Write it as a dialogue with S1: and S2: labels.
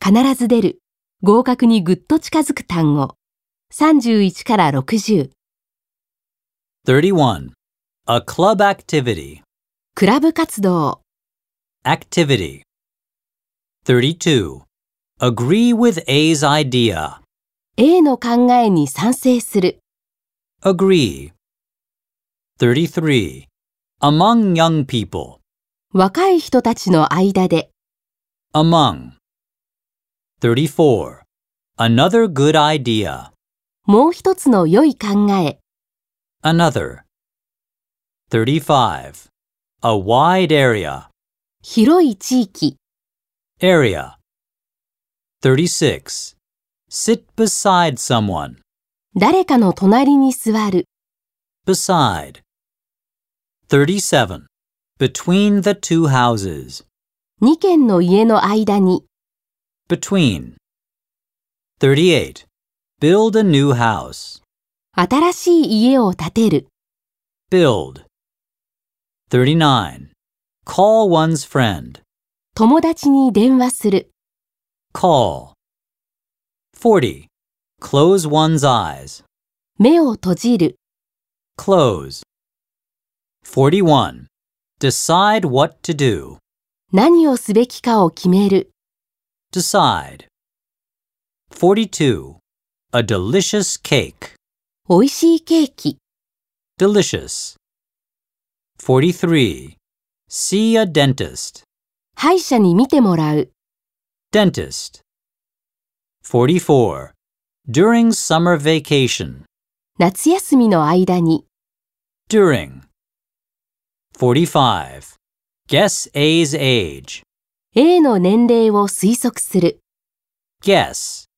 S1: 必ず出る、合格にぐっと近づく単語。31から60、
S2: 31. A club activity.
S1: クラブ活動。
S2: Activity. 32. Agree with A's idea.
S1: A の考えに賛成する。
S2: Agree. 33. Among young people.
S1: 若い人たちの間で。
S2: Among. 34. Another good idea.
S1: もう一つの良い考え。
S2: Another. 35. A wide area.
S1: 広い地域。
S2: Area. 36. Sit beside someone.
S1: 誰かの隣に座る。
S2: Beside. 37. Between the two houses.
S1: 2軒の家の間に。
S2: Between. 38. Build a new house.
S1: 新しい家を建てる。
S2: Build. 39. Call one's friend.
S1: 友達に電話する。
S2: Call. 40. Close one's eyes.
S1: 目を閉じる。
S2: Close. 41. Decide what to do.
S1: 何をすべきかを決める。
S2: Decide. 42. A delicious cake.
S1: 美味しいケーキ。
S2: Delicious. 43. See a dentist.
S1: 歯医者に見てもらう。
S2: Dentist. 44. During summer vacation.
S1: 夏休みの間に。
S2: During. 45. Guess A's age.
S1: A の年齢を推測する。
S2: Guess.